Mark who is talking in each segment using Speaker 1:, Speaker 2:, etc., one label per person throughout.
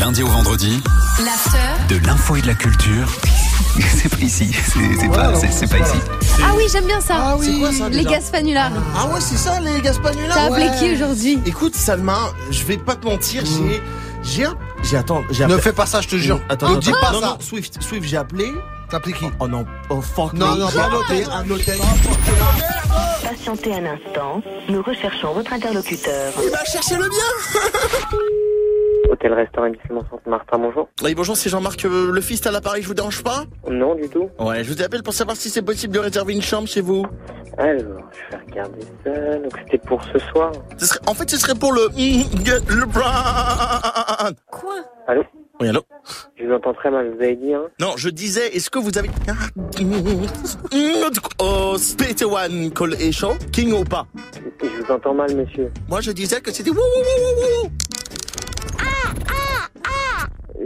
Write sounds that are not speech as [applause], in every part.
Speaker 1: lundi au vendredi,
Speaker 2: L'after.
Speaker 1: de l'info et de la culture. [laughs] C'est pas ici, c'est c'est pas, c'est- c'est pas ici.
Speaker 2: Ah oui, j'aime bien ça.
Speaker 3: Ah oui. C'est quoi ça,
Speaker 2: Les
Speaker 3: déjà
Speaker 2: gaspanulars.
Speaker 3: Ah ouais, c'est ça, les Gaspanulars.
Speaker 2: T'as
Speaker 3: ouais.
Speaker 2: appelé qui aujourd'hui
Speaker 3: Écoute, Salma, je vais pas te
Speaker 4: Mm.
Speaker 3: mentir, j'ai, j'ai, un- j'ai attends, j'ai
Speaker 4: Ne
Speaker 3: appelé-
Speaker 4: fais pas ça, je te jure.
Speaker 3: Attends,
Speaker 4: ne
Speaker 3: attends,
Speaker 4: Oh, dis
Speaker 3: attends.
Speaker 4: pas
Speaker 3: non,
Speaker 4: ça.
Speaker 3: non, Swift, Swift, j'ai appelé.
Speaker 4: T'appelles qui
Speaker 3: Oh non, oh fuck.
Speaker 4: Non,
Speaker 3: me.
Speaker 4: non, pas un hôtel.
Speaker 3: Un hôtel.
Speaker 5: Patientez un instant, nous recherchons votre interlocuteur.
Speaker 3: Il Eh, va chercher le bien.
Speaker 6: Hôtel restaurant établissement Sainte-Martin, bonjour.
Speaker 3: Oui, bonjour, c'est Jean-Marc euh, Le Fist à l'appareil, je vous dérange pas
Speaker 6: Non, du tout.
Speaker 3: Ouais, je vous appelle pour savoir si c'est possible de réserver une chambre chez vous.
Speaker 6: Alors, je vais regarder ça. Donc, c'était pour ce soir.
Speaker 3: Ce serait- en fait, ce serait pour le. [laughs] Le Brown.
Speaker 2: Quoi
Speaker 6: Allô
Speaker 3: Oui, allô
Speaker 6: Je vous entends très mal, vous avez dit, hein
Speaker 3: Non, je disais, est-ce que vous avez. [laughs] Oh, Spate One Call et Show, King ou pas
Speaker 6: Je vous entends mal, monsieur.
Speaker 3: Moi, je disais que c'était. wouh, wouh, wouh, wouh, wouh.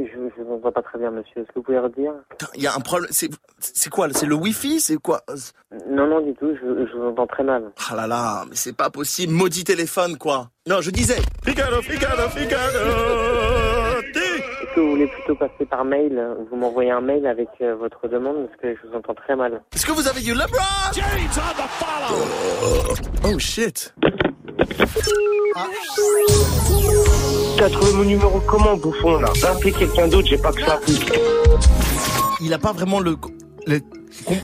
Speaker 6: Je, je vous entends pas très bien, monsieur. Est-ce que vous pouvez redire
Speaker 3: Putain, Il y a un problème. C'est c'est quoi là C'est le Wi-Fi C'est quoi
Speaker 6: Non, non, du tout, je, je vous entends très mal.
Speaker 3: Ah là là, mais c'est pas possible. Maudit téléphone, quoi. Non, je disais. Figaro, Figaro, Figaro. ti.
Speaker 6: Est-ce que vous voulez plutôt passer par mail Vous m'envoyez un mail avec euh, votre demande parce que je vous entends très mal.
Speaker 3: Est-ce que vous avez du LeBron Oh shit.
Speaker 7: T'as trouvé mon numéro comment, bouffon, là Va appeler quelqu'un d'autre, j'ai pas que ça.
Speaker 3: Il a pas vraiment le. le- com-